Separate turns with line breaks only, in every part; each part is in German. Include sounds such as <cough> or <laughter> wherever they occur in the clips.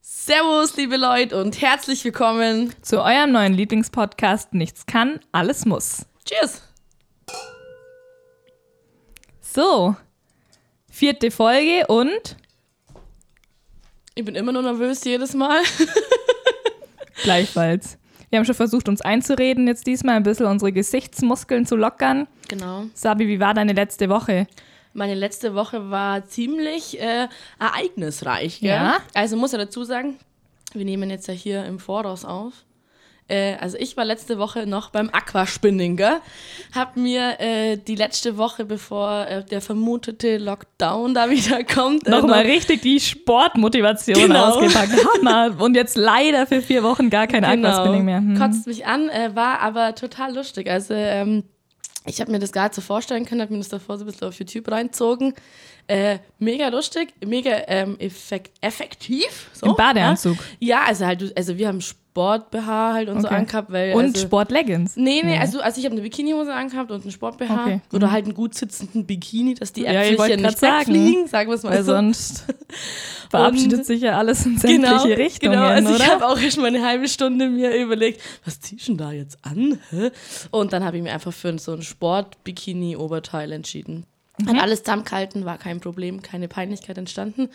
Servus, liebe Leute, und herzlich willkommen.
Zu eurem neuen Lieblingspodcast Nichts kann, alles muss.
Cheers!
So, vierte Folge und
Ich bin immer nur nervös jedes Mal. <laughs>
gleichfalls. Wir haben schon versucht, uns einzureden, jetzt diesmal ein bisschen unsere Gesichtsmuskeln zu lockern.
Genau.
Sabi, wie war deine letzte Woche?
Meine letzte Woche war ziemlich äh, ereignisreich, gell?
Ja.
Also muss ja dazu sagen, wir nehmen jetzt ja hier im Voraus auf. Äh, also ich war letzte Woche noch beim Aquaspinning, gell? Hab mir äh, die letzte Woche, bevor äh, der vermutete Lockdown da <laughs> wieder kommt, äh,
Nochmal richtig die Sportmotivation
Genau.
ausgepackt. Hammer. Und jetzt leider für vier Wochen gar kein Aquaspinning mehr. Hm.
Genau. Kotzt mich an, äh, war aber total lustig. Also ähm, ich habe mir das gar nicht so vorstellen können, habe mir das davor so ein bisschen auf YouTube reinzogen. Äh, mega lustig, mega ähm, effekt, effektiv. So,
Im Badeanzug?
Ja, ja also halt, du- also wir haben Sport-BH halt und so
Okay.
angehabt, weil.
Und
also,
Sportleggings.
Nee, nee, also, also ich habe eine Bikinihose angehabt und einen Sport-BH.
Okay. Mhm.
Oder halt einen gut sitzenden Bikini, dass die
Ja, ich wollte
Äpfelchen
grad
nicht
sagen. Also,
wegfliegen, sagen wir es mal
Weil
so. <laughs>
sonst verabschiedet sich ja alles in sämtliche
Genau,
Richtungen,
genau. Also
oder?
ich habe auch schon mal eine halbe Stunde mir überlegt, was zieh ich denn da jetzt an? Hä? Und dann habe ich mir einfach für so ein Sport-Bikini-Oberteil entschieden.
Mhm.
Hat alles zusammengehalten, war kein Problem, keine Peinlichkeit entstanden.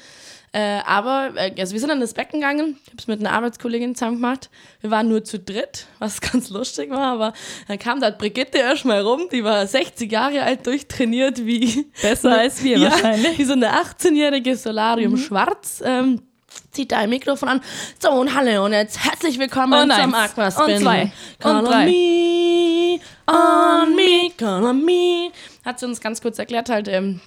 Äh, aber, äh, also wir sind an das Becken gegangen, ich habe es mit einer Arbeitskollegin zusammen gemacht. Wir waren nur zu dritt, was <laughs> ganz lustig war, aber dann kam da Brigitte erstmal rum, die war 60 Jahre alt, durchtrainiert wie
Besser als
<laughs>
wir
ja,
wahrscheinlich. Mhm.
Wie so eine 18-jährige Solarium Schwarz. Ähm, zieht da ein Mikrofon an. So, und hallo und jetzt herzlich willkommen
Und
zum
eins.
Aquaspin.
Oh Und zwei.
Call
Und
on
drei.
me, on me, call on me. Hat sie uns ganz kurz erklärt halt, ähm,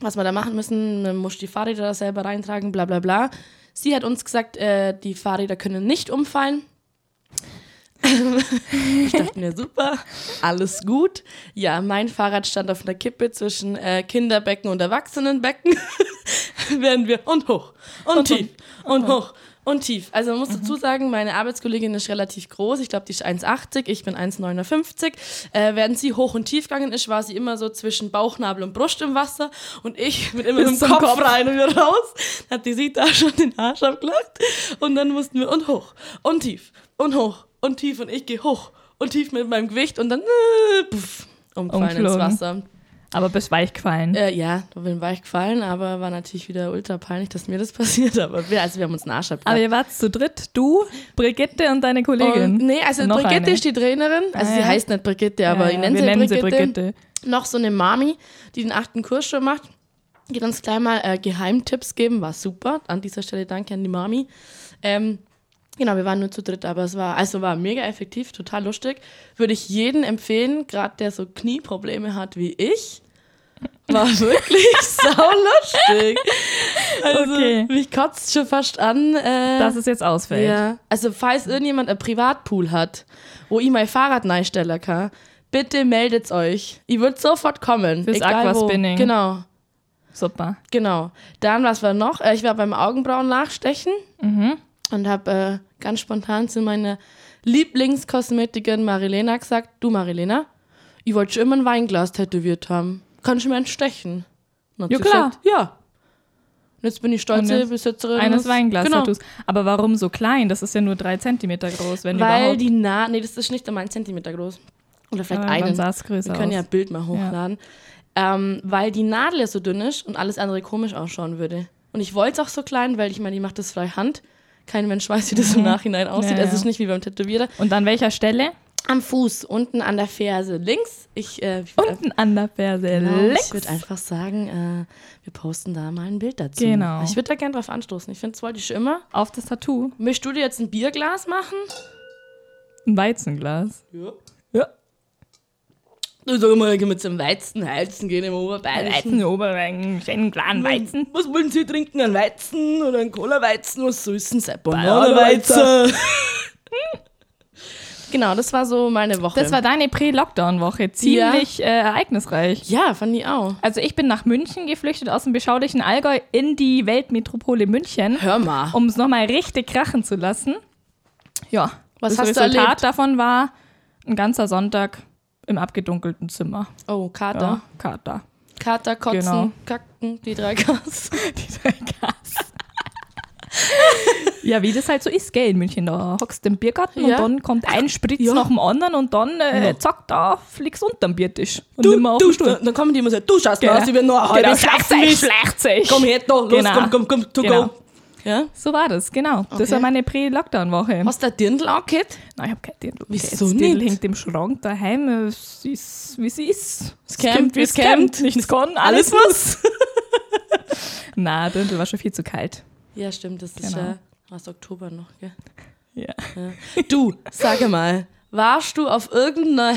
was wir da machen müssen. Man muss die Fahrräder da selber reintragen, bla bla bla. Sie hat uns gesagt, äh, die Fahrräder können nicht umfallen. Ich dachte mir, super, alles gut. Ja, mein Fahrrad stand auf einer Kippe zwischen äh, Kinderbecken und Erwachsenenbecken. <laughs> Während wir und hoch und, tief und hoch und tief. Also man muss dazu sagen, meine Arbeitskollegin ist relativ groß. Ich glaube, die ist 1,80, ich bin 1,59. Äh, während sie hoch und tief gegangen ist, war sie immer so zwischen Bauchnabel und Brust im Wasser und ich <laughs> mit immer
Bis
dem
zum
Kopf,
Kopf.
rein und wieder raus. Hat die sich da schon den Arsch abgelacht. Und dann mussten wir und hoch und tief und hoch und tief und ich gehe hoch und tief mit meinem Gewicht und dann äh, puff, umgefallen ins
Umgeflogen.
Wasser.
Aber bis weich gefallen.
Äh, ja, da bin war ich gefallen, aber war natürlich wieder ultra peinlich, dass mir das <laughs> passiert. Aber wir, also wir haben uns einen Arsch
Aber
abgelacht.
ihr wart zu dritt, du, Brigitte und deine Kollegin.
Und, nee, also
Noch
Brigitte
eine.
ist die Trainerin. Also
Ah,
sie
ja.
heißt nicht Brigitte,
Ja,
aber ich
ja,
nenne
wir
sie,
nennen sie
Brigitte.
Brigitte.
Noch so eine Mami, die den achten Kurs schon macht. Die uns gleich mal äh, Geheimtipps geben, war super. An dieser Stelle danke an die Mami. Ähm, genau, wir waren nur zu dritt, aber es war, also war mega effektiv, total lustig. Würde ich jedem empfehlen, gerade der so Knieprobleme hat wie ich. War wirklich <laughs> saulustig. Also,
Okay.
mich kotzt schon fast an. Äh,
Dass es jetzt ausfällt.
ja, also falls irgendjemand einen Privatpool hat, wo ich mein Fahrrad reinstellen kann, bitte meldet's euch. Ich würde sofort kommen.
Fürs
egal wo.
Aquaspinning.
Genau,
Super.
genau. Dann, was war noch? Äh, Ich war beim Augenbrauen nachstechen
Mhm.
und habe äh, ganz spontan zu meiner Lieblingskosmetikerin Marilena gesagt, du Marilena, ich wollte schon immer ein Weinglas tätowiert haben. Kannst du mir einen stechen? Und hat
Ja,
sie
klar.
gesagt, Ja. Und jetzt bin ich
Und
stolze
jetzt
Besitzerin.
Eines
Genau.
Weinglas-Tattoos. Aber warum so klein? Das ist ja nur drei Zentimeter groß, wenn
Weil
überhaupt.
die Naht, nee, das ist nicht einmal ein Zentimeter groß. Oder vielleicht
Ah,
einen.
Dann sah es größer
Wir können ja
aus.
ein Bild mal hochladen. Ähm, weil die Nadel ja so dünn ist und alles andere komisch ausschauen würde. Und ich wollte es auch so klein, weil ich meine, die macht das frei Hand. Kein Mensch weiß, wie das im Nachhinein aussieht. Also
Ja,
Es
ja.
ist nicht wie beim Tätowierer.
Und an welcher Stelle?
Am Fuß, unten an der Ferse, links. Ich, äh, ich würd einfach-
Unten an der Ferse.
genau, ich
Links.
würde einfach sagen, äh, wir posten da mal ein Bild dazu.
Genau.
Ich würde da gerne drauf anstoßen. Ich finde, das wollte ich schon immer.
Auf das Tattoo.
Möchtest du dir jetzt ein Bierglas machen?
Ein Weizenglas.
Ja.
Ja.
Du sag mal, gehen wir zum Weizen, Heizen gehen im Oberbayerischen.
Weizen, Oberwein, schönen
Hm.
kleinen Weizen.
Was wollen Sie trinken? Ein Weizen oder ein Cola-Weizen? Was soll es denn sein?
Bananenweizen.
Bananenweizen. <laughs> genau, das war so meine Woche.
Das war deine Prä-Lockdown-Woche. Ziemlich äh, ereignisreich.
ja, fand ich auch.
Also ich bin nach München geflüchtet aus dem beschaulichen Allgäu in die Weltmetropole München,
Hör mal.
um es nochmal richtig krachen zu lassen. Ja,
Was
das
hast du
Resultat
erlebt?
davon war ein ganzer Sonntag im abgedunkelten Zimmer.
Oh, Kater.
Ja, Kater. <laughs>
Kater, Kotzen,
Genau. <laughs>
Kacken, die drei Gas.
Die drei Gas. Ja, wie das halt so ist, gell, in München. Da hockst du im Biergarten
Ja.
und dann kommt ein Spritz
ja.
nach dem anderen und dann, äh,
Ja.
zack, da fliegst du unterm Biertisch. Und
Du,
nimmer auf
du,
den Stuhl.
dann dann kommen die immer so, du schaust mal aus, ich will noch eine
genau,
halbe
schlecht
schlafen
sich,
müssen.
schlecht sich.
Komm her, da, los,
Genau.
komm, komm, komm, to
Genau.
go. Ja?
So war das, genau. Das
Okay.
war meine Pre-Lockdown-Woche.
Hast du ein Dirndl angehört?
Nein, ich habe kein Dirndl.
Wieso
Das Dirndl
nicht?
hängt im Schrank daheim. äh, Es ist, wie es ist. Es
kämmt,
kämmt,
wie es kämmt.
Nichts kann,
Alles
alles muss. Na, Dirndl war schon viel zu kalt.
Ja, stimmt, das ist
Genau.
ja aus Oktober noch, gell?
Ja.
Du, sag mal, warst du auf irgendeiner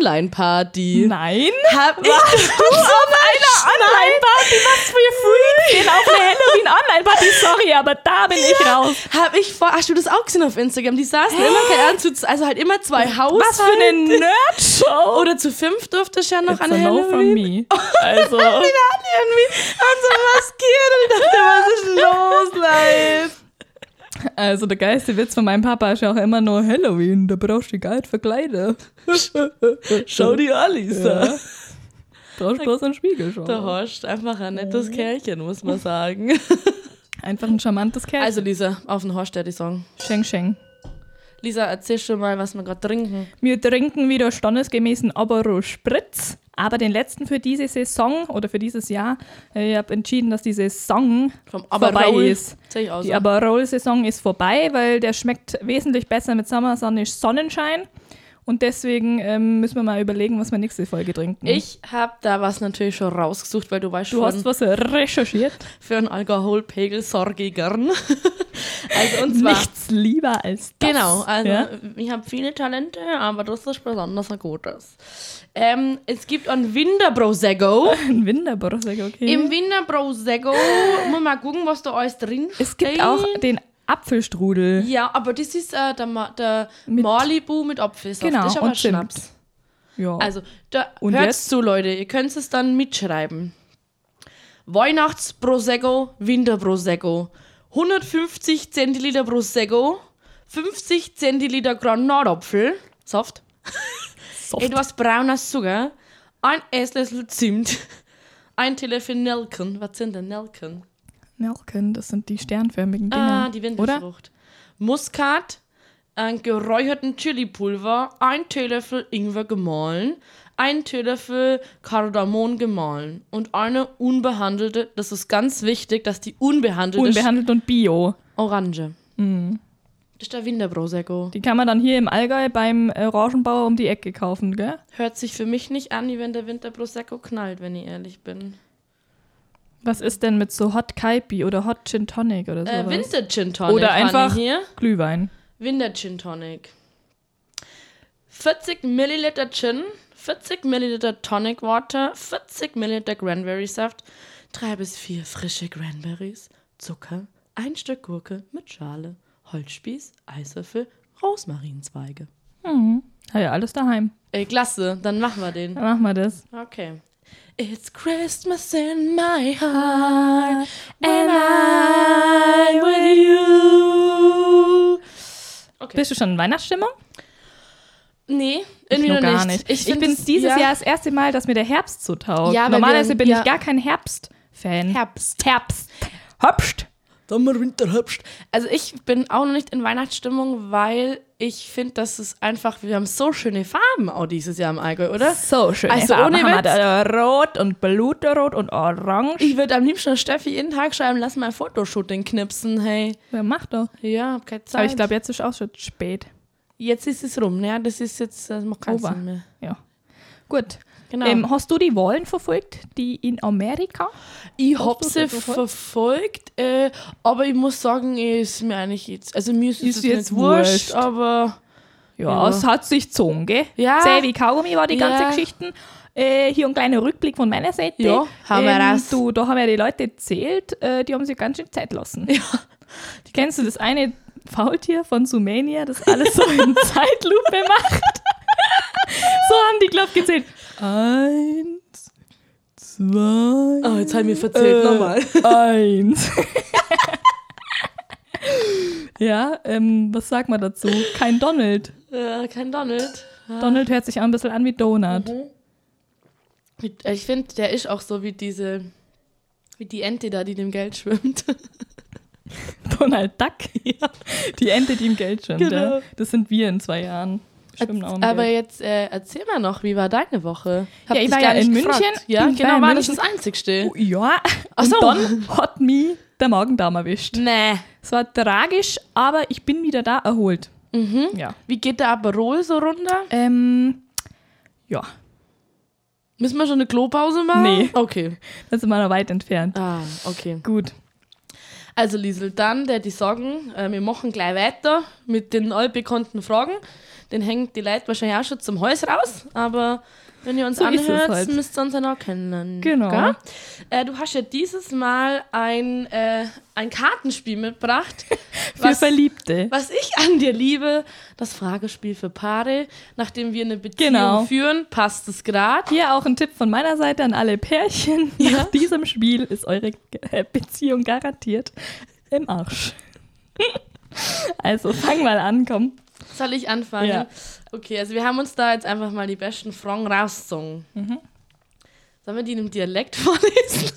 Halloween-Online-Party?
Nein.
Hab ich
Auf einer Online-Party, was für Freak. Genau, auf eine Halloween-Online-Party, sorry, aber da bin ich raus.
Hab ich vor, hast du das auch gesehen auf Instagram? Die saßen immer keine Ahnung, zu, also halt immer zwei Haus
Was für eine Nerd-Show.
oder zu fünf durfte ich ja noch
It's
an
a no from
Halloween.
me. Also,
Hat irgendwie haben so maskiert und ich dachte, was ist los, Leute?
also der geilste Witz von meinem Papa ist ja auch immer nur Halloween, da brauchst du geil Verkleider.
Schau die Alice da.
Brauchst bloß einen Spiegel
Der
schauen.
Horst, einfach ein nettes Kerlchen, muss man
<laughs>
sagen.
Einfach ein charmantes Kerl.
Also Lisa, auf den Horst, der die Song.
Scheng, Scheng.
Lisa, erzähl schon mal, was wir gerade trinken.
Wir trinken wieder standesgemäßen Aperol Spritz, aber den letzten für diese Saison oder für dieses Jahr. Ich habe entschieden, dass diese Saison
Vom
vorbei
Aperol.
ist.
Sehe ich aus.
Die Aperol-Saison ist vorbei, weil der schmeckt wesentlich besser mit Sommer, Sonne, Sonnenschein. Und deswegen ähm, müssen wir mal überlegen, was wir nächste Folge trinken.
ich hab da was natürlich schon rausgesucht, weil du weißt
Mhm. Du
schon,
hast was recherchiert.
<laughs> für einen Alkoholpegel sorge ich gern. <laughs> also und zwar.
Nichts lieber als das.
Genau, also
ja?
ich habe viele Talente, aber das ist besonders ein gutes. Ähm, es gibt einen Winterbroseggo.
Ein Winterbrosek, okay.
Im
<laughs>
Winterbroseggo muss man gucken, was da alles drin
es gibt auch den Apfelstrudel.
Ja, aber das ist äh, der, Ma der
Mit-
Malibu mit Apfelsaft.
Genau,
das ist aber
und Zimt.
Schnaps.
Ja.
Also, da
Oh. Und
hört
jetzt?
zu, Leute. Ihr könnt es dann mitschreiben. Weihnachtsprosecco, Winterprosecco. 150 Zentiliter Prosecco, 50 Zentiliter Granatapfel, Saft,
Soft.
etwas brauner Zucker, ein Esslöffel Zimt, ein Teelöffel Nelken. Was sind denn Nelken?
Nelken, das sind die sternförmigen Dinger.
Ah, die
Oder?
Windelfrucht. Muskat, einen geräucherten Chili-Pulver, ein Teelöffel Ingwer gemahlen, ein Teelöffel Kardamom gemahlen und eine unbehandelte, das ist ganz wichtig, dass die unbehandelte
Unbehandelt und bio.
Orange.
Mhm.
Das ist der Winterprosecco.
Die kann man dann hier im Allgäu beim äh, Orangenbauer um die Ecke kaufen, gell?
Hört sich für mich nicht an, wie wenn der Winterprosecco knallt, wenn ich ehrlich bin.
Was ist denn mit so Hot Kaipi oder Hot Gin Tonic oder
Äh,
sowas?
Winter Gin Tonic.
Oder
Hanni,
einfach-
hier.
Glühwein.
Winter Gin Tonic. 40 Milliliter Gin, 40 Milliliter Tonic Water, 40 Milliliter Cranberry Saft, drei bis vier frische Cranberries, Zucker, ein Stück Gurke mit Schale, Holzspieß, Eiswürfel, Rosmarinzweige.
Mhm. Ah ja, alles daheim.
Ey, klasse, dann machen wir den.
Dann machen wir das.
Okay. It's Christmas in my heart and I'm with you. Okay.
Bist du schon in Weihnachtsstimmung?
Nee, irgendwie
noch
noch
gar
nicht.
Ich,
find
bin
das-
dieses
ja.
Jahr das erste Mal, dass mir der Herbst so taugt.
Ja, weil wir
Normalerweise
dann-
bin
ja.
ich gar kein Herbst-Fan.
Herbst.
Herbst. Herbst.
Sommer, Winter, Herbst. Also ich bin auch noch nicht in Weihnachtsstimmung, weil ich finde, dass es einfach, wir haben so schöne Farben auch dieses Jahr im Allgäu, oder?
So schön.
Also
Farben
ohne
haben wir
Witz.
da Rot und Bluterot und Orange.
Ich würde am liebsten Steffi jeden Tag schreiben, lass mal ein Fotoshooting knipsen, hey.
Ja, mach doch.
Ja, hab keine Zeit.
Aber ich glaube, jetzt ist auch schon spät.
jetzt ist es rum, ne? Das ist jetzt, das macht keinen
Over.
Sinn mehr.
Ja. Gut.
Genau.
Ähm, hast du die Wahlen verfolgt, die in Amerika?
ich hab
hast
sie
du das verfolgt?
verfolgt, äh, aber ich muss sagen, ist mir eigentlich jetzt, also mir ist,
Ist
es
jetzt
jetzt nicht wurscht,
wurscht.
aber...
Ja,
Ja.
es hat sich gezogen, gell?
Ja.
Zäh wie Kaugummi war die ganze
Ja.
Geschichte. Äh, hier ein kleiner Rückblick von meiner Seite. Ähm,
Ja, hau mal raus.
Du, da haben ja die Leute gezählt, äh, die haben sich ganz schön Zeit lassen. Ja. Kennst du das eine Faultier von Sumania, das alles so in Zeitlupe macht? so haben die, glaub gezählt. Eins, zwei,
Oh, jetzt haben wir verzählt, nochmal.
Eins. <laughs> ja, ähm, was sagt man dazu? Kein Donald.
Äh, kein Donald.
Ah. Donald hört sich auch ein bisschen an wie Donut.
Mhm. Ich finde, der ist auch so wie diese, wie die Ente da, die dem Geld schwimmt.
Donald <laughs> Donald Duck. <laughs> Die Ente, die im Geld schwimmt.
Genau.
Ja. Das sind wir in zwei Jahren. Schwimmen auch im
Äh, Aber
Geld.
jetzt äh, erzähl mal noch, wie war deine Woche?
Ja, ich
dich
war
gar
ja in
nicht gefragt.
München.
Ja,
Ich war
genau,
in
war das
München.
das Einzigste.
Oh, ja,
Ach
und
so. Mhm.
dann hat mich der Magen-Darm erwischt.
Nee.
Es war tragisch, aber ich bin wieder da erholt.
Mhm.
Ja.
Wie geht der Aperol so runter?
Ähm, ja,
Müssen wir schon eine Klopause machen?
Nee.
Okay.
da sind wir noch weit entfernt.
Ah, okay.
Gut.
Also Liesel, dann der die Sorgen. Äh, wir machen gleich weiter mit den allbekannten Fragen. Den hängt die Leute wahrscheinlich auch schon zum Hals raus, aber wenn ihr uns
So ist es
anhört,
halt.
müsst ihr uns dann auch kennenlernen.
Genau.
gell? Äh, du hast ja dieses Mal ein, äh, ein Kartenspiel <laughs> mitgebracht.
Für Verliebte.
Was ich an dir liebe, das Fragespiel für Paare. Nachdem wir eine Beziehung
Genau.
führen, passt es gerade.
Hier auch ein Tipp von meiner Seite an alle Pärchen.
Ja.
Nach diesem Spiel ist eure Ge- Beziehung garantiert im Arsch. <laughs> Also fang mal an, komm.
Soll ich anfangen?
Ja.
Okay, also wir haben uns da jetzt einfach mal die besten Fragen rausgezogen.
Mhm.
Sollen wir die in einem Dialekt <laughs> vorlesen?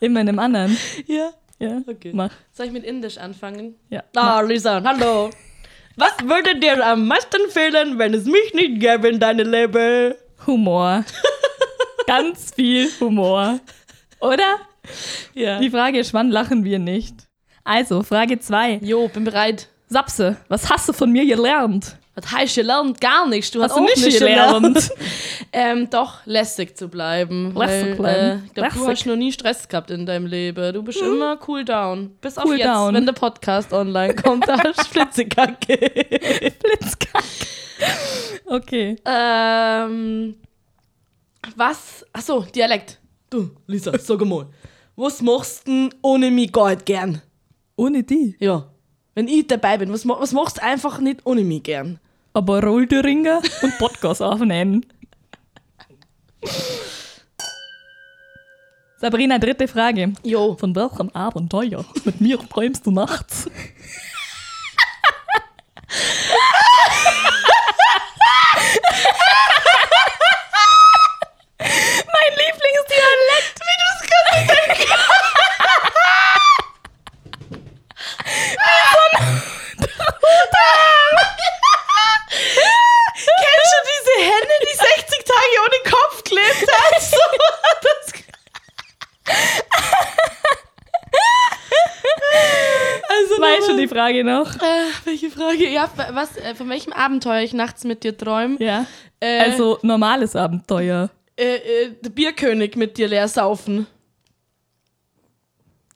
Immer in einem anderen.
ja.
Ja,
Okay.
mach.
Soll ich mit Indisch anfangen?
Ja.
Ah, Lisa, hallo. Was würde dir am meisten fehlen, wenn es mich nicht gäbe in deinem Leben?
Humor.
<laughs>
Ganz viel Humor. Oder?
Ja.
Die Frage ist, wann lachen wir nicht? Also, Frage 2.
Jo, bin bereit.
Sapse, was hast du von mir gelernt?
Was heißt gelernt? Gar nichts. Du hast,
Hast du
auch
nicht gelernt? <laughs>
Ähm, doch, lässig zu bleiben.
Lässig
weil,
bleiben.
Äh, ich glaub, du
Lässig.
hast noch nie Stress gehabt in deinem Leben. Du bist immer cool down. Bis auf
Cool
jetzt,
down.
wenn der Podcast online kommt, da ist Flitzekacke.
Blitzkack. Okay.
ähm, was? Achso, Dialekt. Du, Lisa, sag mal. Was machst du ohne mich gar nicht gern?
Ohne die.
Ja. Wenn ich dabei bin, was, ma- was machst du einfach nicht ohne mich gern?
Aber Rolderinger
<laughs>
und Podcast aufnehmen. Sabrina, dritte Frage.
Jo.
Von welchem Abenteuer mit mir träumst du nachts? mein Lieblingsdialekt, wie du es gesagt
Kennst du diese Henne, die 60 Tage ohne Kopf gelebt
<laughs>
hat? So hat das ge- Also
Weißt du
nochmal.
die Frage noch?
Äh, welche Frage? Ja, wa- was, äh, von welchem Abenteuer ich nachts mit dir träume?
Ja.
Äh,
Also normales Abenteuer.
Äh, äh, der Bierkönig mit dir leer saufen.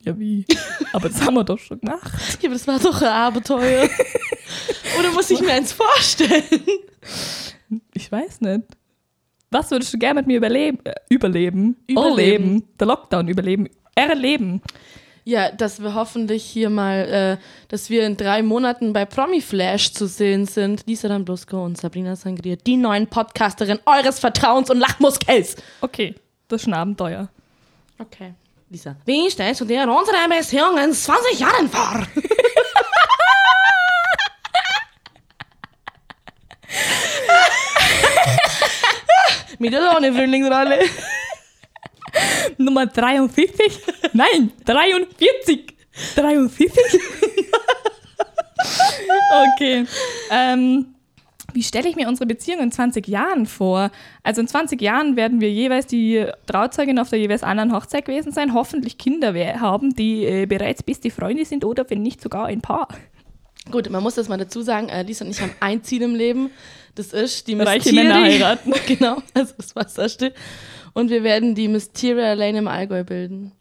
Ja, wie? Aber das haben wir doch schon gemacht.
Ja, aber das war doch ein Abenteuer.
<laughs>
Oder muss ich mir eins vorstellen?
Ich weiß nicht. Was würdest du gern mit mir überleben? Äh, überleben.
Überleben.
Erleben. Der Lockdown überleben. Erleben.
Ja, dass wir hoffentlich hier mal, äh, dass wir in drei Monaten bei Promi Flash zu sehen sind. Lisa Dambrusco und Sabrina Sangria, die neuen Podcasterin eures Vertrauens und Lachmuskels.
Okay, das ist ein Abenteuer.
Okay. Lisa, wie stellst du dir unsere Beziehung in 20 Jahren <laughs> vor? Mit der Sonne Frühlingsrolle.
Nummer 43? <laughs> Nein, 43. 43? <laughs> okay. Ähm, wie stelle ich mir unsere Beziehung in 20 Jahren vor? Also in 20 Jahren werden wir jeweils die Trauzeugin auf der jeweils anderen Hochzeit gewesen sein, hoffentlich Kinder we- haben, die äh, bereits beste Freunde sind oder wenn nicht sogar ein Paar.
Gut, man muss das mal dazu sagen, äh, Lisa und ich haben ein Ziel im Leben. Das ist, die Miss
Reiche
Thierry-
Männer heiraten.
<laughs> genau, also das war das erste. Und wir werden die Mysteria Lane im Allgäu bilden.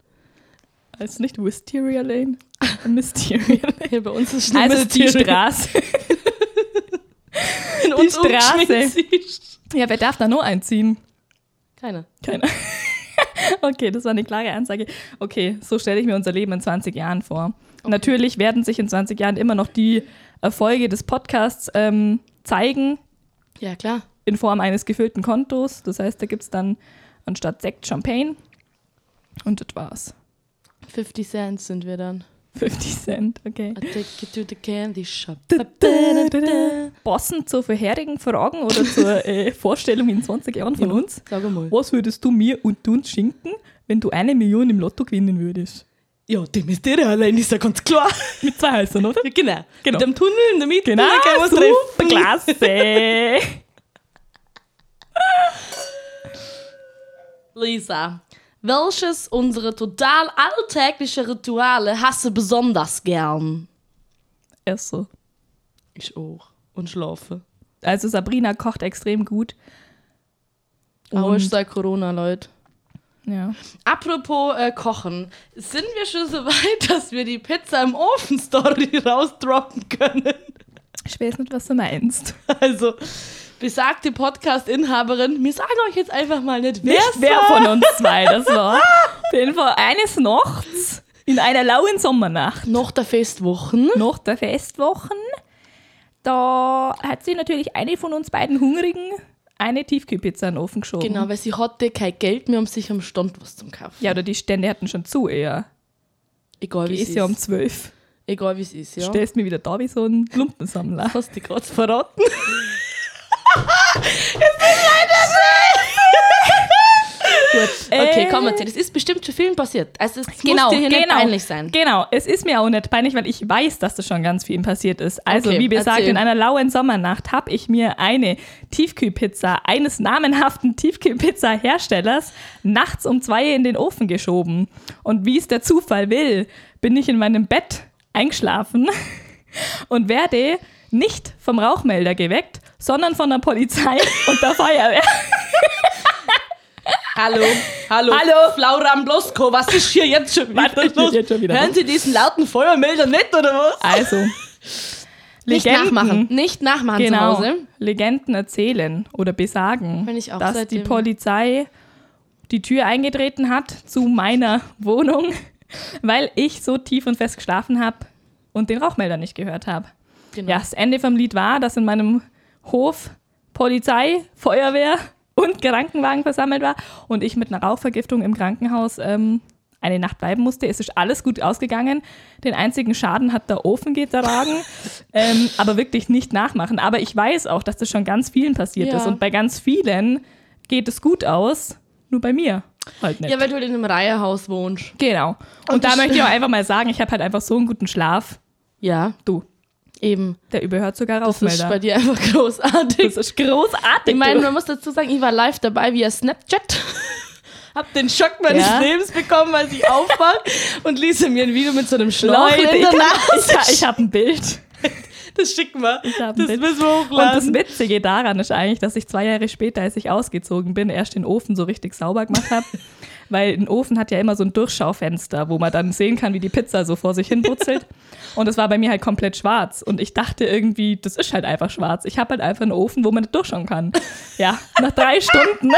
Also nicht Wisteria <laughs> Lane, Mysteria Lane.
Hier bei uns ist
Also die Straße.
<laughs> in
die Straße. Ja, wer darf da nur einziehen?
Keiner.
Keiner. okay, das war eine klare Ansage. Okay, so stelle ich mir unser Leben in 20 Jahren vor. Natürlich werden sich in 20 Jahren immer noch die Erfolge des Podcasts ähm, zeigen
Ja, klar.
in Form eines gefüllten Kontos. Das heißt, da gibt es dann anstatt Sekt Champagne. Und das war's. <laughs>
50 Cent sind wir dann.
50 Cent, okay.
I take you to the candy shop.
Bossen zu vorherigen Fragen oder zur äh, Vorstellung in 20 Jahren von uns.
Sag mal.
Was würdest du mir und uns schinken, wenn du eine Million im Lotto gewinnen würdest?
Ja, dem ist der allein, ist ja ganz <laughs> klar.
Mit zwei Häusern, oder?
Genau.
Genau.
Mit dem Tunnel in der Mitte.
Genau,
da können wir uns
super,
treffen.
<laughs> klasse.
Lisa, welches unserer total alltäglichen Rituale hast du besonders gern?
Ist so.
Ich auch. Und schlafe.
Also Sabrina kocht extrem gut.
Aber
Und-
ich sei Corona, Leute.
Ja.
Apropos äh, Kochen, sind wir schon so weit, <laughs> dass wir die Pizza im Ofen-Story <laughs> rausdroppen können?
Ich weiß nicht, was du meinst.
Also, besagte Podcast-Inhaberin, wir sagen euch jetzt einfach mal nicht, wer
Nicht
es
wer
war.
von uns zwei das war. Auf jeden Fall eines Nachts in einer lauen Sommernacht
Nach der Festwochen.
nach der Festwochen. Da hat sie natürlich eine von uns beiden Hungrigen eine Tiefkühlpizza in den Ofen geschoben.
Genau, weil sie hatte kein Geld mehr, um sich am Stand was zum kaufen.
Ja, oder die Stände hatten schon zu eher.
Egal wie
Die
es
ist ja um
ist.
zwölf.
Egal wie es ist, ja.
Stellst mir wieder da wie so ein Lumpensammler.
Hast du gerade
<laughs>
verraten? Okay, komm jetzt, das ist bestimmt schon vielen passiert. Also es muss dir hier nicht peinlich sein.
Äh. Genau, es ist mir auch nicht peinlich, weil ich weiß, dass das schon ganz vielen passiert ist. Also,
Okay,
wie gesagt,
erzähl.
in einer lauen Sommernacht habe ich mir eine Tiefkühlpizza eines namenhaften Tiefkühlpizza-Herstellers nachts um zwei in den Ofen geschoben. Und wie es der Zufall will, bin ich in meinem Bett eingeschlafen <laughs> und werde nicht vom Rauchmelder geweckt, sondern von der Polizei <laughs> und der Feuerwehr.
Hallo, hallo,
Hallo.
Frau Ramblosko, was ist hier jetzt schon wieder
Was ist
los?
jetzt schon wieder
Hören
los?
Sie diesen lauten Feuermelder nicht, oder was?
Also.
Nicht
Legenden.
nachmachen, nicht nachmachen
Genau.
zu Hause.
Legenden erzählen oder besagen,
Bin ich auch
dass die
seitdem-
Polizei die Tür eingetreten hat zu meiner <laughs> Wohnung, weil ich so tief und fest geschlafen habe und den Rauchmelder nicht gehört habe.
Genau.
Ja, das Ende vom Lied war, dass in meinem Hof Polizei, Feuerwehr <laughs> und Krankenwagen versammelt war und ich mit einer Rauchvergiftung im Krankenhaus ähm, eine Nacht bleiben musste. Es ist alles gut ausgegangen. Den einzigen Schaden hat der
<laughs>
Ofen getragen, ähm, aber wirklich nicht nachmachen. Aber ich weiß auch, dass das schon ganz vielen passiert
Ja.
ist und bei ganz vielen geht es gut aus, nur bei mir halt nicht.
Ja, weil du halt in einem Reihenhaus wohnst.
genau. Und,
Und
da
das- <laughs>
möchte ich auch einfach mal sagen, ich habe halt einfach so einen guten Schlaf.
Ja,
Du,
eben.
der überhört sogar
Das ist bei
Rauchmelder.
dir einfach <laughs> großartig.
Das ist großartig.
Ich meine,
du.
man muss dazu sagen, ich war live dabei via Snapchat. <laughs> Hab den Schock meines
Ja.
Lebens bekommen, als ich aufwache <laughs> und ließ mir ein Video mit so einem Schlauch
Leute,
in
ich,
der
hab-
<laughs> Nase.
<laughs> ich, hab- ich habe ein Bild.
Das schicken wir.
Ich hab ein
Das
Bild.
müssen wir
Und das
hochladen.
Witzige daran ist eigentlich, dass ich zwei Jahre später, als ich ausgezogen bin, erst den Ofen so richtig sauber gemacht <laughs> habe. Weil ein Ofen hat ja immer so ein Durchschaufenster, wo man dann sehen kann, wie die Pizza so vor sich hin <laughs> brutzelt. Und es war bei mir halt komplett schwarz. Und ich dachte irgendwie, das ist halt einfach schwarz. Ich habe halt einfach einen Ofen, wo man nicht durchschauen kann. Ja, nach drei Stunden.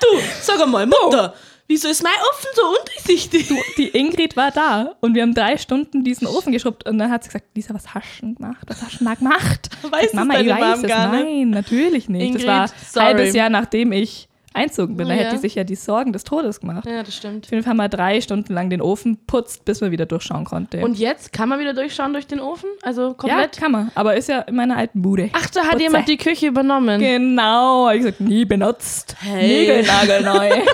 du, sag einmal, Mutter, wieso ist mein Ofen so undurchsichtig?
Die Ingrid war da und wir haben drei Stunden diesen Ofen geschrubbt und dann hat sie gesagt, Lisa, was hast du denn gemacht? Was hast du denn da gemacht?
<laughs> Weiß es
Mama, ich
deine
weiß
Mom
es.
gar nicht?
Nein, natürlich nicht.
Ingrid,
das war
sorry. Oh
ein halbes Jahr, nachdem ich einzogen bin. Da
Ja.
hätte sie sich ja die Sorgen des Todes gemacht.
Ja, das stimmt.
Auf jeden Fall haben wir drei Stunden lang den Ofen putzt, bis man wieder durchschauen konnte.
Und jetzt kann man wieder durchschauen durch den Ofen? Also
ja,
komplett?
kann man. Aber ist ja in meiner alten Bude.
Ach, da hat jemand die Küche übernommen.
Genau. Ich gesagt, nie benutzt.
Hey.
Niegelnagelneu.
<laughs>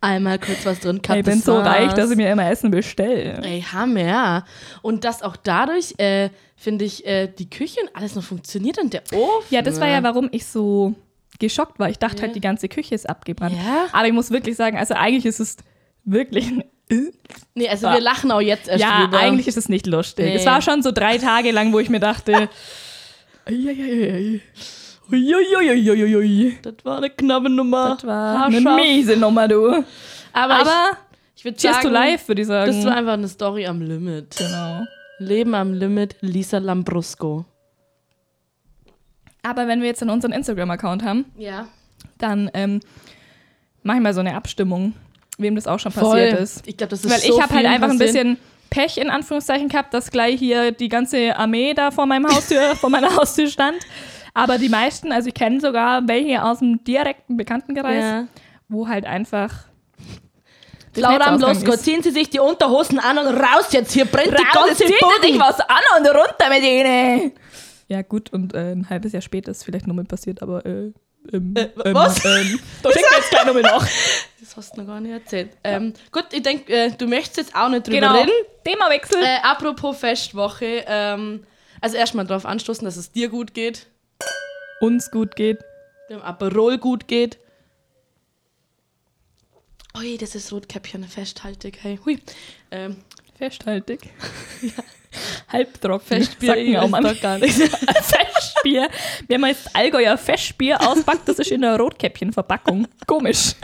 Einmal kurz was drin gehabt.
ich bin
das
so
war's.
reich, dass ich mir immer Essen bestelle.
Ey, Hammer. Und dass auch dadurch, äh, finde ich, äh, die Küche und alles noch funktioniert und der Ofen.
Ja, das war
Ne?
ja, warum ich so geschockt war. Ich dachte halt, die ganze Küche ist abgebrannt.
Ja.
Aber ich muss wirklich sagen, also eigentlich ist es wirklich. äh?
Nee, also wir lachen auch jetzt erst
ja,
drüber.
eigentlich ist es nicht lustig.
Nee.
Es war schon so drei Tage lang, wo ich mir dachte.
<laughs>
Eieieiei. Uiuiuiuiuiui.
Das war eine knappe Nummer.
Das war "Hm, eine
Haarscharf.
miese Nummer, du.
Aber,
Aber
ich, ich würde
cheers
sagen,
to live, würde ich sagen.
das war einfach eine Story am Limit.
genau.
Leben am Limit, Lisa Lambrusco.
Aber wenn wir jetzt dann unseren Instagram-Account haben,
Ja.
dann ähm, mach ich mal so eine Abstimmung, wem das auch schon passiert ist.
Ich glaube, das ist
Weil
so
ich habe halt
vielen
einfach ein
passiert.
bisschen Pech in Anführungszeichen gehabt, dass gleich hier die ganze Armee da vor meinem Haustür, <laughs> vor meiner Haustür stand. Aber die meisten, also ich kenne sogar welche aus dem direkten Bekanntenkreis,
Ja.
wo halt einfach das
Laura
Netzausgang
Lambrusco,
ist.
ziehen Sie sich die Unterhosen an und raus jetzt. Hier brennt die
Raus,
ganze
zieht
Bude.
sich
was an und runter mit Ihnen.
Ja gut, und äh, ein halbes Jahr später ist vielleicht nur mit passiert, aber äh, ähm,
Äh,
ähm,
was?
Ähm. <laughs> Da schenken wir jetzt gleich nochmal nach.
Das hast du noch gar nicht erzählt. Ähm, gut, ich denke, äh, du möchtest jetzt auch nicht drüber
Genau.
reden.
Themawechsel.
Äh, apropos Festwoche. Ähm, also erstmal darauf anstoßen, dass es dir gut geht,
Uns gut geht.
dem Aperol gut geht. Ui, das ist Rotkäppchen festhaltig. Hey, hui. Ähm,
Festhaltig.
<laughs>
<laughs> Halbtropfen.
Festbier,
Sagen
ich
wir
weiß
auch manchmal. <laughs>
doch gar nicht.
Festbier. Wenn man jetzt Allgäuer Festbier auspackt, das ist in einer Rotkäppchen-Verpackung. Komisch.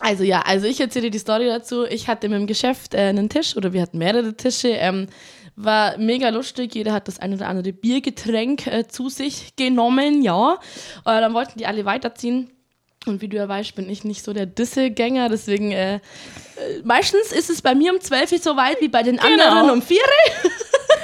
Also ja, also ich erzähle dir die Story dazu. Ich hatte mit dem Geschäft äh, einen Tisch oder wir hatten mehrere Tische. Ähm, war mega lustig, jeder hat das ein oder andere Biergetränk äh, zu sich genommen, ja. Und dann wollten die alle weiterziehen. Und wie du ja weißt, bin ich nicht so der Dissegänger, deswegen äh, äh, meistens ist es bei mir um 12 Uhr so weit wie bei den
Genau.
anderen um 4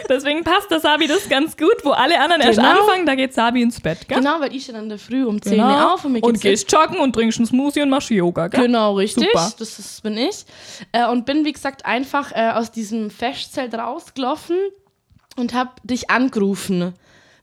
Deswegen passt das Sabi das ganz gut, wo alle anderen erst
Genau.
anfangen, da geht Sabi ins Bett, gell?
Genau, weil ich stehe dann in der Früh um 10 Uhr
Genau.
auf und mir
und
geht's
gehst joggen und trinkst einen Smoothie und machst Yoga, gell?
Genau, richtig.
Super.
Das ist, bin ich. Äh, und bin, wie gesagt, einfach äh, aus diesem Festzelt rausgelaufen und hab dich angerufen.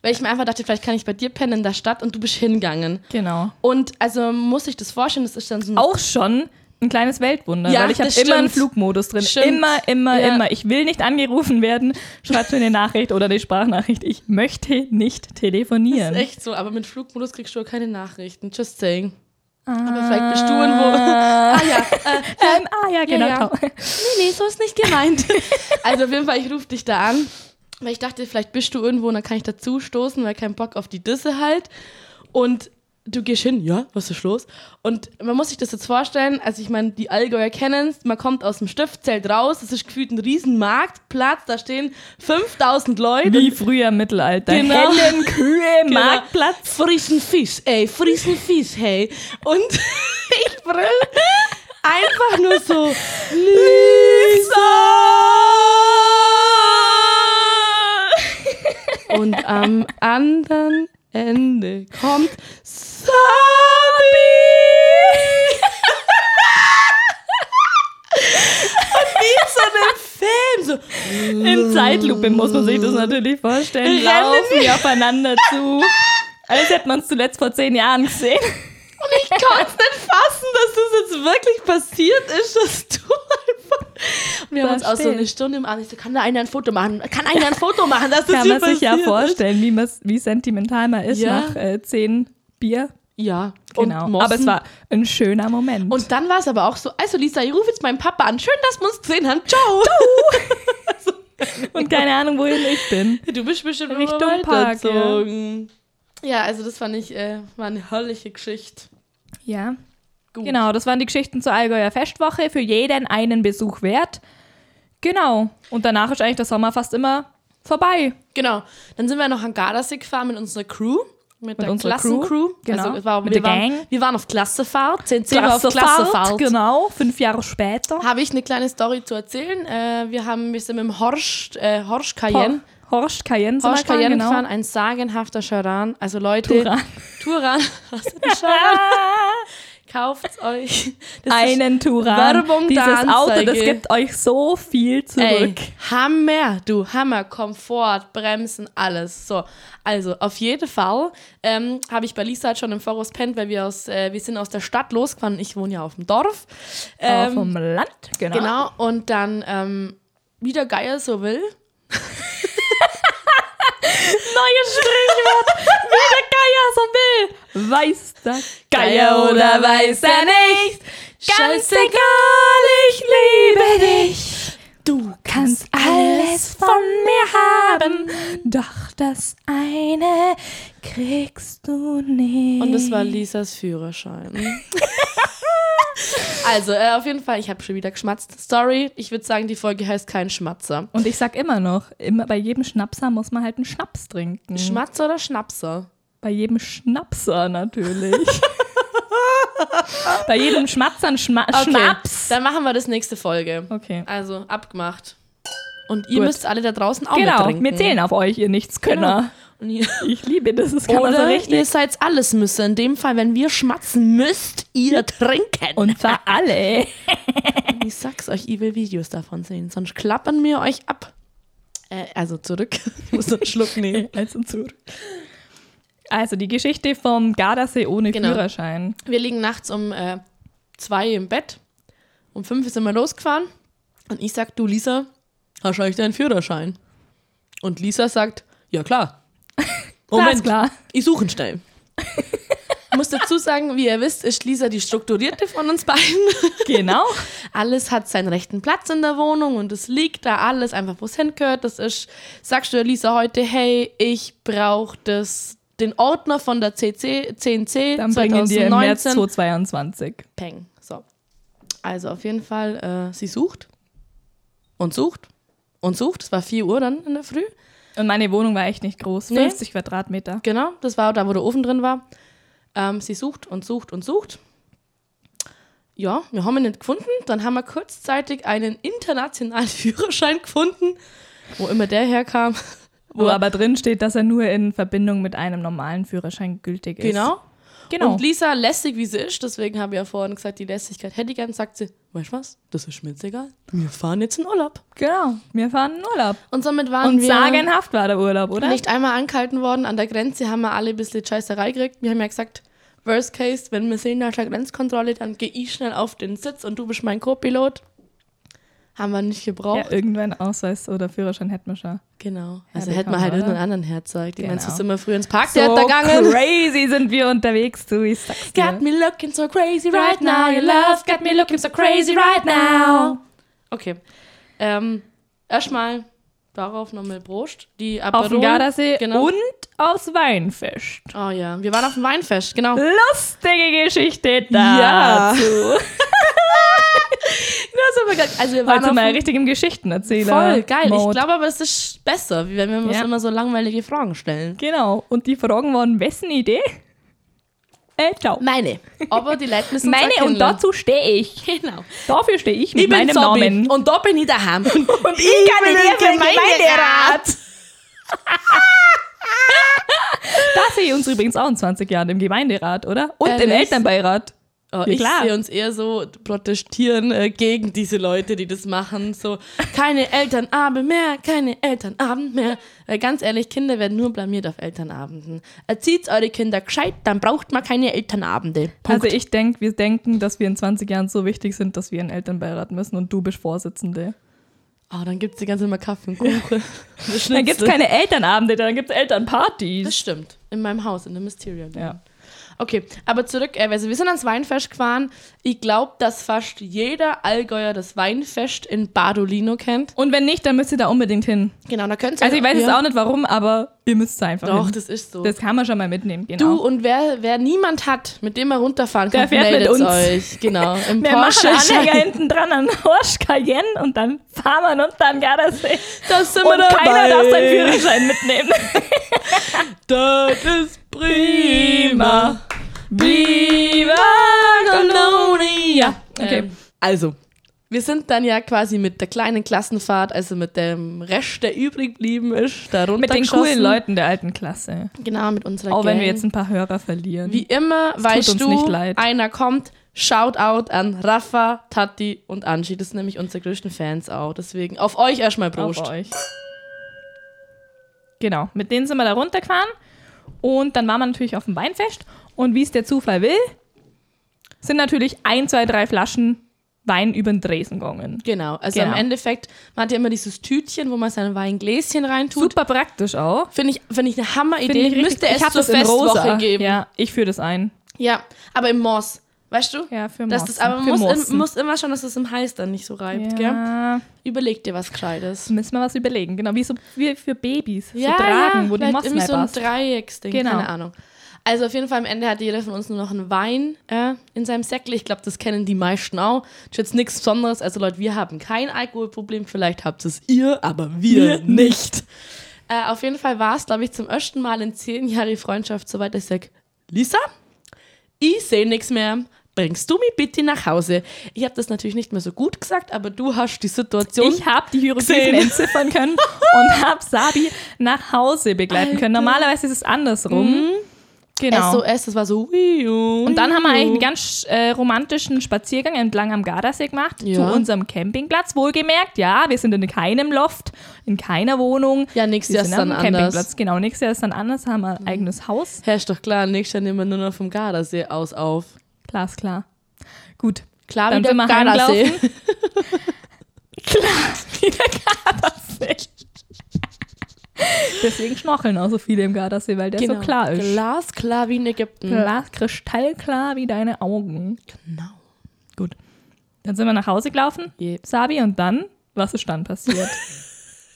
Weil ich mir einfach dachte, vielleicht kann ich bei dir pennen in der Stadt und du bist hingegangen.
Genau.
Und also muss ich das vorstellen, das ist dann so ein.
Auch schon ein kleines Weltwunder,
Ja,
weil ich habe
das
immer einen
stimmt.
Flugmodus drin.
Stimmt.
Immer, immer,
Ja.
immer. Ich will nicht angerufen werden. Schreib mir eine Nachricht oder eine Sprachnachricht. Ich möchte nicht
Das
telefonieren.
ist echt so, aber mit Flugmodus kriegst du ja keine Nachrichten. Just saying.
aber
vielleicht bist du irgendwo- <laughs> Ah ja, äh,
ähm, ah ja, genau.
ja. nee, nee, so ist nicht gemeint. <laughs> also auf jeden Fall, ich rufe dich da an, weil ich dachte, vielleicht bist du irgendwo und dann kann ich dazu stoßen, weil kein Bock auf die Disse halt. Und du gehst hin, ja, was ist los? Und man muss sich das jetzt vorstellen, also ich meine, die Allgäuer kennen es, man kommt aus dem Stiftzelt raus, es ist gefühlt ein riesen Marktplatz, da stehen 5000 Leute.
Wie früher im Mittelalter.
Genau.
Hellen, Kühe,
Genau.
Marktplatz.
frischen Fisch, ey, frischen Fisch, hey. Und <laughs> ich brüll einfach nur so, Lisa! <laughs> Und am anderen Ende kommt Sabi! Und wie in so einem Film, so,
In Zeitlupe muss man sich das natürlich
Rennen
vorstellen. Laufen die aufeinander zu. Als hätte man es zuletzt vor zehn Jahren gesehen.
Und ich kann es nicht fassen, dass das jetzt wirklich passiert ist, dass du einfach. Und wir haben uns
Da
auch so eine
steht.
Stunde im Arm. Ich so, kann da einer ein Foto machen? Kann einer ein Foto machen? Dass das
Kann
hier
man sich ja
passiert ist?
vorstellen, wie, man's- wie sentimental man ist
Ja.
nach äh, zehn Bier.
Ja,
Genau.
Und Mossen.
Aber es war ein schöner Moment.
Und dann war es aber auch so, also Lisa, ich rufe jetzt meinen Papa an. Schön, dass wir uns gesehen haben. Ciao.
Und keine Ahnung, wohin ich bin.
Du bist bestimmt
Richtung
immer
Park, ja.
weitergezogen. Ja, also das fand ich, äh, war eine herrliche Geschichte.
Ja.
Gut.
Genau, das waren die Geschichten zur Allgäuer Festwoche. Für jeden einen Besuch wert. Genau. Und danach ist eigentlich der Sommer fast immer vorbei.
Genau. Dann sind wir noch an Gardasee gefahren mit unserer Crew. Mit, der
unserer
Klassencrew.
Crew, genau.
Also, es war,
Mit
wir
der
waren,
Gang.
Wir waren auf Klassefahrt. Sind sind wir auf
Klassenfahrt,
Klassefahrt.
Genau, fünf Jahre später.
Habe ich eine kleine Story zu erzählen. Äh, wir haben wir sind mit dem Horst, äh, Horst Cayenne.
Horst Cayenne sind
Horst
wir
Cayenne
gefahren,
gefahren, ein sagenhafter Charan. Also Leute,
genau. Touran.
Touran. <laughs> Was ist ein Charan?
<laughs>
Kauft's euch. Das
Einen Touran.
Werbung
Dieses
der
Auto, das
Anzeige.
gibt euch so viel
ist, ey,
zurück.
Hammer, du Hammer, Komfort, Bremsen, alles. So, also auf jeden Fall ähm, habe ich bei Lisa halt schon im Voraus pennt, weil wir aus, äh, wir sind aus der Stadt losgefahren. Ich wohne ja auf dem Dorf.
Aber
Ähm,
vom Land, genau.
Genau, und dann ähm, wieder Geier so will.
Neues Sprichwort. Wie der Geier so will. Weiß der Geier oder weiß er nicht. Ganz
Scheiße,
egal, ich liebe dich.
du
Kannst alles von mir haben. Doch das eine kriegst du nicht.
Und das war Lisas Führerschein.
<laughs>
also, äh, auf jeden Fall, ich habe schon wieder geschmatzt. Sorry, ich würde sagen, die Folge heißt kein Schmatzer.
Und ich sag immer noch, immer, bei jedem Schnapser muss man halt einen Schnaps trinken.
Schmatzer oder Schnapser?
bei jedem Schnapser natürlich. <laughs> bei jedem Schmatzer ein Schma Schnaps.
Dann machen wir das nächste Folge.
Okay.
Also, abgemacht. Und ihr
Gut.
müsst alle da draußen auch
Genau,
mittrinken.
wir zählen auf euch, ihr Nichtskönner.
Und ihr-
Ich liebe das, das kann man so
Genau. Oder
richtig.
ihr seid alles Müsse. In dem Fall, wenn wir schmatzen, müsst ihr trinken.
Und zwar alle.
Ich sag's euch, ich will Videos davon sehen, sonst klappern wir euch
<laughs>
ab. Äh, also zurück. Ich muss noch einen Schluck nehmen.
Also zurück. Also die Geschichte vom Gardasee ohne
Genau.
Führerschein.
<laughs> Wir liegen nachts um äh, zwei im Bett. Um fünf sind wir losgefahren. Und ich sag, du Lisa, hast du eigentlich deinen Führerschein? Und Lisa sagt, ja <laughs> klar.
Alles klar.
ich suche ihn schnell. Ich muss dazu sagen, wie ihr wisst, ist Lisa die strukturierte von uns beiden.
<laughs> Genau.
Alles hat seinen rechten Platz in der Wohnung und es liegt da alles einfach, wo es hingehört. Das ist, sagst du der Lisa heute, hey, ich brauche das, den Ordner von der CC, 10C
Dann bringen die im März
2019.
2022.
Peng. So. Also auf jeden Fall, äh, sie sucht und sucht und sucht. Es war 4 Uhr dann in der Früh.
Und meine Wohnung war echt nicht groß.
Nee.
50 Quadratmeter.
Genau, das war da, wo der Ofen drin war. Ähm, sie sucht und sucht und sucht. Ja, wir haben ihn nicht gefunden. Dann haben wir kurzzeitig einen internationalen <laughs> Führerschein gefunden, wo immer der <laughs> herkam.
Wo aber drin steht, dass er nur in Verbindung mit einem normalen Führerschein gültig ist.
Genau.
Genau.
Und Lisa, lästig wie sie ist, deswegen habe ich ja vorhin gesagt, die Lässigkeit hätte ich gern, sagt sie, weißt du was, das ist mir jetzt egal. Wir fahren jetzt in Urlaub.
genau. Wir fahren in Urlaub.
Und somit waren
Und
wir...
sagenhaft war der Urlaub, oder?
Nicht einmal angehalten worden. An der Grenze haben wir alle ein bisschen Scheißerei gekriegt. Wir haben ja gesagt, worst case, wenn wir sehen nach der Grenzkontrolle, dann gehe ich schnell auf den Sitz und du bist mein Co-Pilot. Haben wir nicht gebraucht.
Ja, irgendwann Ausweis oder Führerschein hätten wir schon.
Genau.
Ja,
Also hätten wir halt
bekommen, oder?
irgendeinen anderen herzeigt. Ich meine,
Genau.
sonst sind wir früher ins Parktheater gegangen.
crazy sind wir unterwegs, du, ich sag's dir.
Got me looking so crazy ne? right now. Your love got me looking so crazy right now. Okay. Ähm, erstmal darauf nochmal Prost. Die
Auf dem
Aperol.
Gardasee
Genau.
und aufs Weinfest.
Oh ja, wir waren auf dem Weinfest, <laughs> genau.
Lustige Geschichte
Ja.
dazu.
Also wir waren
Heute
auf
mal
dem
richtig im Geschichtenerzähler.
Voll geil. Ich
Mode.
glaube aber, es ist besser, wie wenn wir uns
Ja.
immer so langweilige Fragen stellen.
Genau. Und die Fragen waren, wessen Idee? Äh, ciao.
Meine. Aber die Leute müssen uns
Meine
auch
und
kennenlernen.
dazu stehe ich.
Genau.
Dafür stehe ich mit
Ich bin
meinem
Zombie
Namen.
und da bin ich
<laughs>
daheim. Äh, Und
ich kann in der Gemeinderat. <laughs> Da sehe ich uns übrigens auch in 20 Jahren im Gemeinderat, oder? Und im
Ehrlich?
Elternbeirat.
Oh,
Ja,
ich
klar.
sehe uns eher so protestieren äh, gegen diese Leute, die das machen. So, keine Elternabend mehr, keine Elternabend mehr. Weil ganz ehrlich, Kinder werden nur blamiert auf Elternabenden. Erzieht eure Kinder gescheit, dann braucht man keine Elternabende. Punkt.
Also ich denke, wir denken, dass wir in 20 Jahren so wichtig sind, dass wir einen Elternbeirat müssen und du bist Vorsitzende.
oh, dann gibt es die ganze Zeit mal Kaffee und Kuchen.
Dann gibt es keine Elternabende, dann gibt es
Das
Elternpartys.
stimmt. In meinem Haus, in der Mysterion.
Ja.
Okay, aber zurück, äh, also wir sind ans Weinfest gefahren. Ich glaube, dass fast jeder Allgäuer das Weinfest in Badolino kennt.
Und wenn nicht, dann müsst ihr da unbedingt hin.
Genau, da könnt ihr.
Also ich weiß
ja.
jetzt auch nicht warum, aber ihr müsst es einfach
Doch,
hin.
das ist so.
Das kann man schon mal mitnehmen, genau.
du und wer, wer niemand hat, mit dem er runterfahren kann,
Der fährt mit
meldet
uns.
euch.
<laughs>
Genau, im
wir machen
Porsche.
Anhänger hinten dran an Horsch Cayenne und dann fahren wir uns dann Gardasee.
Da sind
Und
wir dabei.
keiner darf seinen Führerschein mitnehmen.
Das ist prima.
Viva
Colonia.
Genau. Okay.
Genau. Ähm, also, wir sind dann ja quasi mit der kleinen Klassenfahrt, also mit dem Rest, der übrig geblieben ist, da
Mit den
runtergeschossen.
coolen Leuten der alten Klasse.
Genau, mit unserer
Auch wenn
Gang.
wir jetzt ein paar Hörer verlieren.
Wie immer, weißt
uns
du,
nicht leid.
einer kommt, Shoutout an Rafa, Tati und Angie. Das sind nämlich unsere größten Fans auch. Deswegen auf euch erstmal
Auf
Prost.
euch. Genau, mit denen sind wir da runtergefahren und dann waren wir natürlich auf dem Weinfest und wie es der Zufall will, sind natürlich ein, zwei, drei Flaschen Wein über den Dresen gegangen.
Genau, also
Genau.
im Endeffekt, man hat ja immer dieses Tütchen, wo man sein Weingläschen reintut.
Super praktisch auch.
Finde ich, finde ich eine
Finde
Hammeridee.
ich richtig-
Müsste es
hab
zur
das in
Festwoche
rosa.
geben.
Ja, ich führe das ein.
Ja, aber im Moss, weißt du?
Ja, für
Dass
Mossen.
das, aber
für
man muss,
Mossen.
im, muss immer schon, dass es im Hals dann nicht so reibt, gell?
ja,
Überleg dir was
das
Gescheites.
müssen wir was überlegen. Genau, wie, so, wie für Babys.
Ja,
so tragen, wo die
vielleicht
Moss
irgendwie
nicht
so ein
passt.
Dreiecksding,
Genau.
keine Ahnung. Also auf jeden Fall am Ende hatte jeder von uns nur noch einen Wein äh, in seinem Säckchen. Ich glaube, das kennen die meisten auch. Das ist jetzt nichts Besonderes. Also Leute, wir haben kein Alkoholproblem. Vielleicht habt es ihr, aber wir nicht. Äh, auf jeden Fall war es, glaube ich, zum ersten Mal in zehn Jahren Freundschaft so weit, dass ich sage, Lisa, ich sehe nichts mehr. Bringst du mich bitte nach Hause? Ich habe das natürlich nicht mehr so gut gesagt, aber du hast die Situation.
Ich habe die Hieroglyphen
Gesehen.
<laughs> entziffern können und habe Sabi nach Hause begleiten können.
Alter. Mhm. Also,
Normalerweise ist es andersrum. Genau.
SOS, das war so. Ui, ui,
Und dann haben wir eigentlich einen
ui.
ganz äh, romantischen Spaziergang entlang am Gardasee gemacht,
Ja.
zu unserem Campingplatz, wohlgemerkt. Ja, wir sind in keinem Loft, in keiner Wohnung.
Ja, nächstes
Wir
Jahr
sind
ist dann
am Campingplatz,
anders. Mhm.
genau. Nächstes Jahr ist dann anders, haben wir ein eigenes Haus.
Ja, ist doch klar, nächstes Jahr nehmen wir nur noch vom Gardasee aus auf.
Glasklar. Gut. <laughs>
Klar,
Dann
wieder
sind wir
Gardasee. <laughs>
Klar, wieder Gardasee. <laughs> Deswegen schnorcheln auch so viele im Gardasee, weil der so klar ist.
Genau. Glasklar wie in Ägypten.
Glas, kristallklar wie deine Augen.
Genau.
Gut. Dann sind wir nach Hause gelaufen,
Yep.
Sabi, und dann, was ist dann
<laughs>
passiert?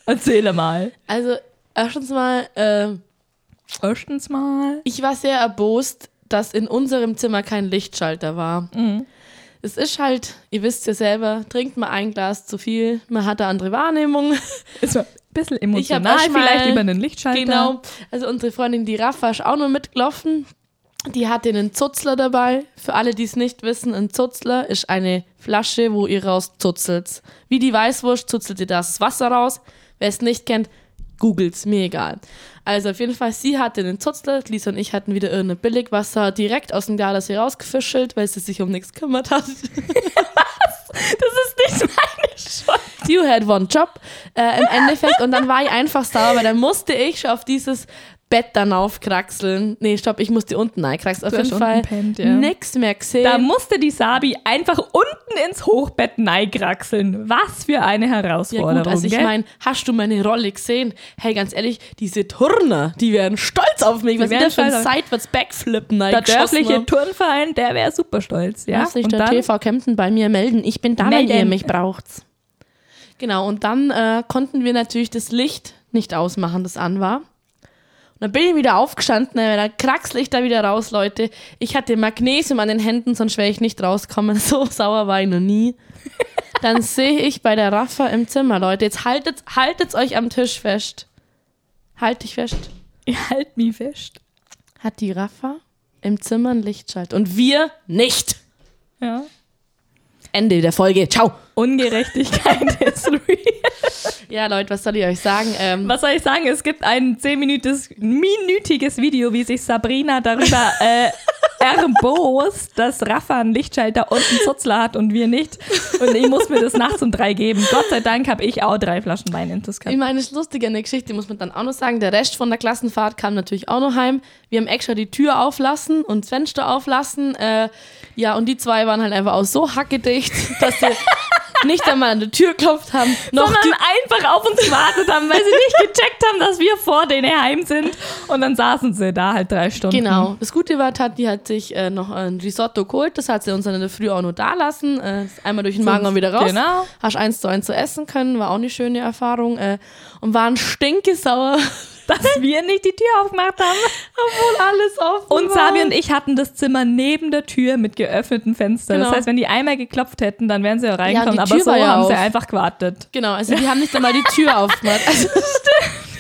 Erzähle mal.
Also, erstens mal, äh,
Erstens mal.
ich war sehr erbost, dass in unserem Zimmer kein Lichtschalter war.
Mhm.
Es ist halt, ihr wisst ja selber, trinkt mal ein Glas zu viel, man hat eine andere Wahrnehmung.
Ist mal ein bisschen
Ich hab
emotional,
erst mal-
vielleicht über den Lichtschalter.
Genau. Also unsere Freundin, die Rafa, ist auch noch mitgelaufen. Die hatte einen Zutzler dabei. Für alle, die es nicht wissen, ein Zutzler ist eine Flasche, wo ihr rauszuzelt. Wie die Weißwurst zuzelt ihr das Wasser raus. Wer es nicht kennt, googelt's, mir egal. Also auf jeden Fall, sie hatte einen Zutzler, Lisa und ich hatten wieder irgendein Billigwasser direkt aus dem Gardasee rausgefischelt, weil sie sich um nichts gekümmert hat.
<laughs> Das ist nicht meine Schuld.
You had one job äh, im Endeffekt und dann war ich einfach sauer, weil dann musste ich schon auf dieses Bett dann aufkraxeln. Nee, stopp, ich musste unten einkraxeln. Auf
Du hast
jeden
unten
Fall
pennt, ja.
nix mehr gesehen.
Da musste die Sabi einfach unten ins Hochbett neigraxeln. Was für eine
ja
Herausforderung.
gut, also ich
gell?
meine, hast du meine Rolle gesehen? Hey, ganz ehrlich, diese Turner, die wären stolz auf mich, was ich
wären
da für ein
stolz auf-
seitwärts Backflippen
der
eingeschossen
dörfliche
habe.
Turnverein, der wäre super stolz. Ja?
Muss sich
Und
der
dann,
TV Kempten bei mir melden. Ich bin da, wenn ihr
Melden.
mich braucht's. Genau, und dann äh, konnten wir natürlich das Licht nicht ausmachen, das an war. Und dann bin ich wieder aufgestanden, äh, dann kraxel ich da wieder raus, Leute. Ich hatte Magnesium an den Händen, sonst wäre ich nicht rausgekommen. <laughs> So sauer war ich noch nie. Dann sehe ich bei der Raffa im Zimmer, Leute. Jetzt haltet, haltet's euch am Tisch fest. Halt dich fest
ich <laughs> halt mich fest.
hat die Raffa im Zimmer einen Lichtschalter. Und wir nicht.
Ja.
Ende der Folge. Ciao. <laughs>
Ungerechtigkeit ist real.
Ja, Leute, was soll ich euch sagen? Ähm,
Was soll ich sagen? Es gibt ein zehnminütiges minütiges Video, wie sich Sabrina darüber äh, erbost, dass Rafa einen Lichtschalter und einen Zutzler hat und wir nicht. Und ich muss mir das nachts um drei geben. Gott sei Dank habe ich auch drei Flaschen Wein in Tuscan.
ich meine, es ist lustig an der Geschichte, muss man dann auch noch sagen. Der Rest von der Klassenfahrt kam natürlich auch noch heim. Wir haben extra die Tür auflassen und das Fenster auflassen. Äh, ja, und die zwei waren halt einfach auch so hackedicht, <laughs> dass sie nicht einmal an die Tür geklopft haben, noch
sondern einfach auf uns gewartet haben, weil sie nicht gecheckt haben, dass wir vor denen heim sind. Und dann saßen sie da halt drei Stunden.
Genau. Das Gute war, Tati hat sich äh, noch ein Risotto geholt. Das hat sie uns dann in der Früh auch nur da lassen. Äh, ist einmal durch den Magen und wieder raus.
Genau.
Hast eins zu eins zu essen können. War auch eine schöne Erfahrung. Äh, und waren stinkesauer,
Dass wir nicht die Tür aufgemacht haben.
obwohl alles offen
Und
war.
Sabi und ich hatten das Zimmer neben der Tür mit geöffneten Fenstern.
Genau.
Das heißt, wenn die einmal geklopft hätten, dann wären sie auch reingekommen.
die
Aber
Tür
so
war ja
haben sie
auf. <laughs>
einfach gewartet.
Genau, also die haben nicht einmal die Tür aufgemacht. Also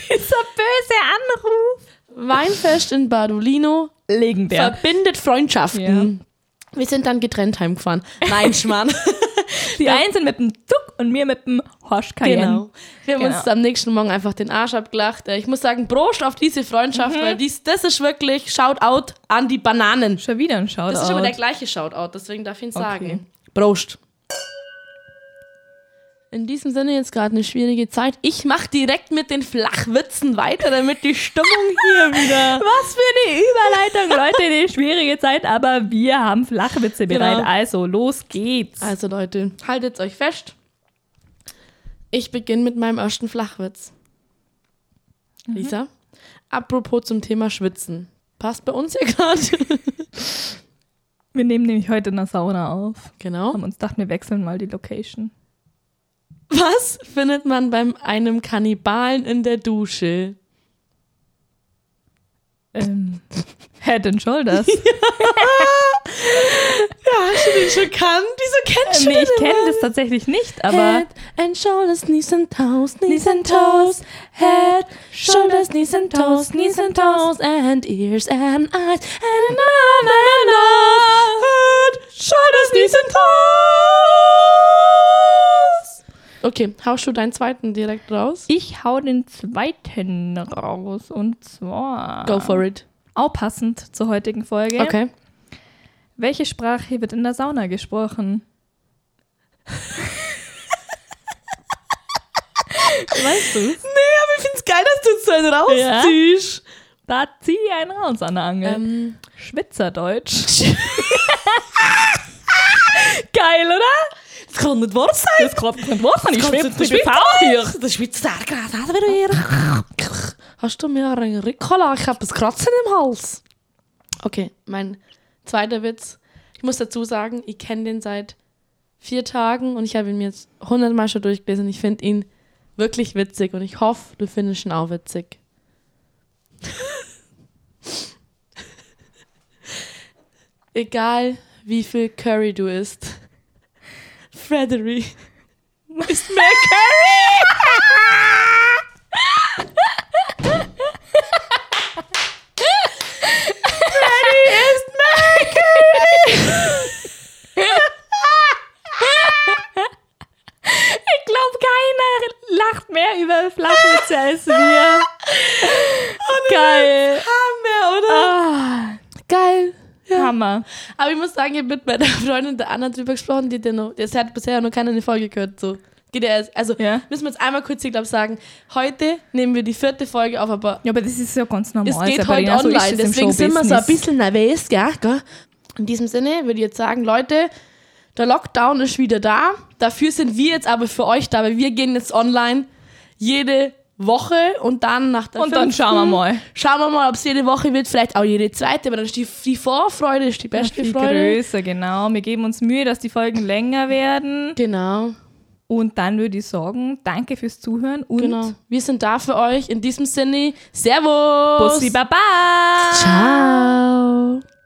Dieser böse Anruf.
Weinfest in Badolino
Legendär.
verbindet Freundschaften. Wir sind dann getrennt heimgefahren. Nein,
<laughs>
Schmarrn.
Die einen sind mit dem Zuck und mir mit dem Horsch Cayenne.
Genau. Wir haben
Genau.
uns am nächsten Morgen einfach den Arsch abgelacht. Äh, Ich muss sagen, Prost auf diese Freundschaft,
Mhm.
weil dies, das ist wirklich Shoutout an die Bananen.
Schon wieder ein Shoutout.
Das ist aber der gleiche Shoutout, deswegen darf ich ihn
Okay.
sagen. Prost. In diesem Sinne jetzt gerade eine schwierige Zeit. Ich mache direkt mit den Flachwitzen weiter, damit die Stimmung hier wieder...
Was für eine Überleitung, Leute, eine schwierige Zeit, aber wir haben Flachwitze bereit.
Genau.
Also, los geht's.
Also Leute, haltet euch fest. Ich beginne mit meinem ersten Flachwitz. Lisa, apropos zum Thema Schwitzen. Passt bei uns ja <laughs> gerade.
Wir nehmen nämlich heute in der Sauna auf.
genau.
Haben uns gedacht, wir wechseln mal die Location.
Was findet man bei einem Kannibalen in der Dusche?
Ähm, <laughs> Head and Shoulders.
Hast du den schon kannt? Wieso kennst
Äh, nee, ich kenne das tatsächlich nicht, aber
Head and shoulders, knees and toes, knees
Knees
and
and
toes.
toes.
Head, shoulders, knees and toes, knees and toes, and ears and eyes and arms and nose. Head, shoulders, knees and toes. Okay, hausch du deinen zweiten direkt raus?
ich hau den zweiten raus und zwar
Ah. Go for it.
auch passend zur heutigen Folge.
Okay.
Welche Sprache wird in der Sauna gesprochen? weißt du?
Aber ich find's geil, dass du jetzt einen
rausziehst. Da zieh ich einen raus an der Angel.
Ähm,
Schwitzerdeutsch. <laughs> Geil, oder?
das kann nicht wahr sein.
Das klappt nicht wahr, ich
kannst
schwitze,
du
ich
nicht
bin auch hier.
Das ist wie das Ärgern, oder wieder hier. <laughs> Hast du mir einen Ricola? Ich habe ein Kratzen im Hals. Okay, mein zweiter Witz. Ich muss dazu sagen, ich kenne den seit vier Tagen und ich habe ihn mir jetzt hundertmal schon durchgelesen. Ich finde ihn wirklich witzig und ich hoffe, du findest ihn auch witzig. <laughs> Egal, wie viel Curry du isst. <laughs> Frederick ist mehr
Ich glaube, keiner lacht mehr über Flachwitze als wir. Geil.
Hammer, oder?
Ah,
Geil.
Hammer.
Aber ich muss sagen, ich habe mit meiner Freundin der Anna drüber gesprochen, die, der noch, die hat bisher noch keine Folge gehört. So. Geht ja erst. Also
Ja.
müssen wir jetzt einmal kurz hier, glaube sagen. Heute nehmen wir die vierte Folge auf, aber
Ja, aber das ist ja ganz normal.
es geht heute
Sabrina, so ist
online.
es im
deswegen sind wir so
Showbusiness.
ein bisschen nervös, gell? gell? In diesem Sinne würde ich jetzt sagen, Leute, der Lockdown ist wieder da. Dafür sind wir jetzt aber für euch da, weil wir gehen jetzt online jede Woche und dann nach der
Und dann
fünften
schauen wir mal.
Schauen wir mal, ob es jede Woche wird, vielleicht auch jede zweite, aber dann ist die, die Vorfreude ist die beste
Viel
Freude.
größer, genau. Wir geben uns Mühe, dass die Folgen länger werden.
Genau,
Und dann würde ich sagen, danke fürs Zuhören und
genau. Wir sind da für euch. In diesem Sinne, Servus!
Bussi Baba!
Ciao!